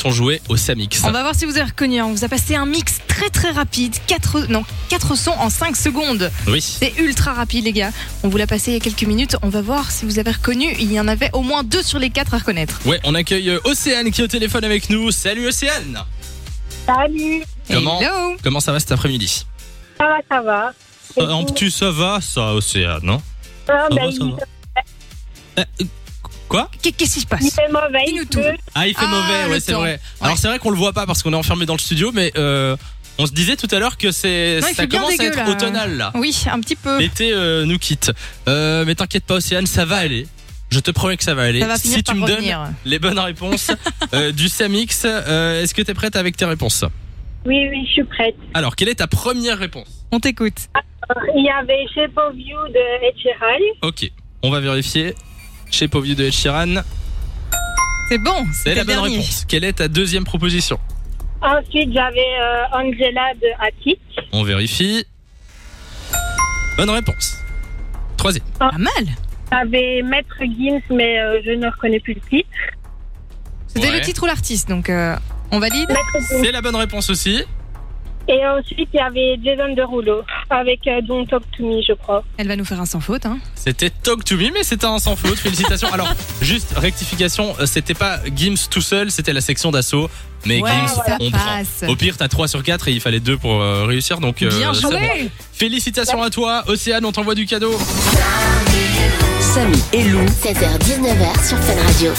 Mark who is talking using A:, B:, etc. A: sont joués au Samix.
B: On va voir si vous avez reconnu. hein. On vous a passé un mix très très rapide, 4, non, 4 sons en 5 secondes.
A: Oui.
B: C'est ultra rapide les gars. On vous l'a passé il y a quelques minutes. On va voir si vous avez reconnu. Il y en avait au moins 2 sur les 4 à reconnaître.
A: Ouais, on accueille euh, Océane qui est au téléphone avec nous. Salut Océane
C: Salut,
A: Comment
B: Hello
A: Comment ça va cet après-midi
C: ça va, ça va. Et vous
A: Tu ça va ça Océane, hein? non
C: Ah,
A: ça
C: ben,
A: va, ça
C: il-
A: va. Euh, Quoi
B: Qu'est- Qu'est-ce qui se
C: Il
B: passe
C: fait mauvais,
B: Dis-nous
C: il
B: tout.
C: pleut.
A: Ah, il fait
B: Ah,
A: mauvais, ouais,
B: le
A: c'est
B: temps.
A: vrai. Alors, c'est vrai qu'on le voit pas parce qu'on est enfermé dans le studio, mais euh, on se disait tout à l'heure que c'est
B: Non, il
A: ça
B: fait bien
A: commence à
B: dégueu,
A: être
B: là.
A: automnal là.
B: Oui, un petit peu.
A: L'été euh, nous quitte. Euh, mais t'inquiète pas, Océane, ça va aller. Je te promets que ça va aller.
B: Ça va finir
A: si tu
B: par
A: me donnes
B: revenir.
A: les bonnes réponses euh, du Samix, euh, est-ce que t'es prête avec tes réponses
C: Oui, oui, je suis prête.
A: Alors, quelle est ta première réponse
B: On t'écoute.
C: Il y avait Shape of You de Ed Sheeran.
A: Ok, on va vérifier. Chez Poview de Ed Sheeran,
B: C'est bon,
A: c'est
B: c'est
A: la
B: le
A: bonne
B: dernier.
A: réponse. Quelle est ta deuxième proposition
C: Ensuite, j'avais euh, Angela de Attic.
A: On vérifie. Bonne réponse. Troisième.
B: Pas mal.
C: J'avais Maître Gims, mais euh, je ne reconnais plus le titre.
B: C'était
A: Ouais.
B: le titre ou l'artiste, donc euh, on valide.
C: Maître Gims.
A: C'est la bonne réponse aussi.
C: Et ensuite, il y avait Jason Derulo avec euh, Don't Talk to Me, je crois.
B: Elle va nous faire un sans faute. Hein.
A: C'était Talk to Me, mais c'était un sans faute. Félicitations. Alors, juste rectification, euh, c'était pas Gims tout seul, c'était la section d'assaut. Mais
B: Ouais,
A: Gims,
B: ça
A: on
B: passe.
A: prend. Au pire, t'as 3 sur 4 et il fallait 2 pour euh, réussir. Donc, euh,
B: Bien
A: c'est bon.
B: joué
A: Félicitations à toi, Océane, on t'envoie du cadeau.
D: Samy et Lou
E: 16h-19h sur Fun Radio.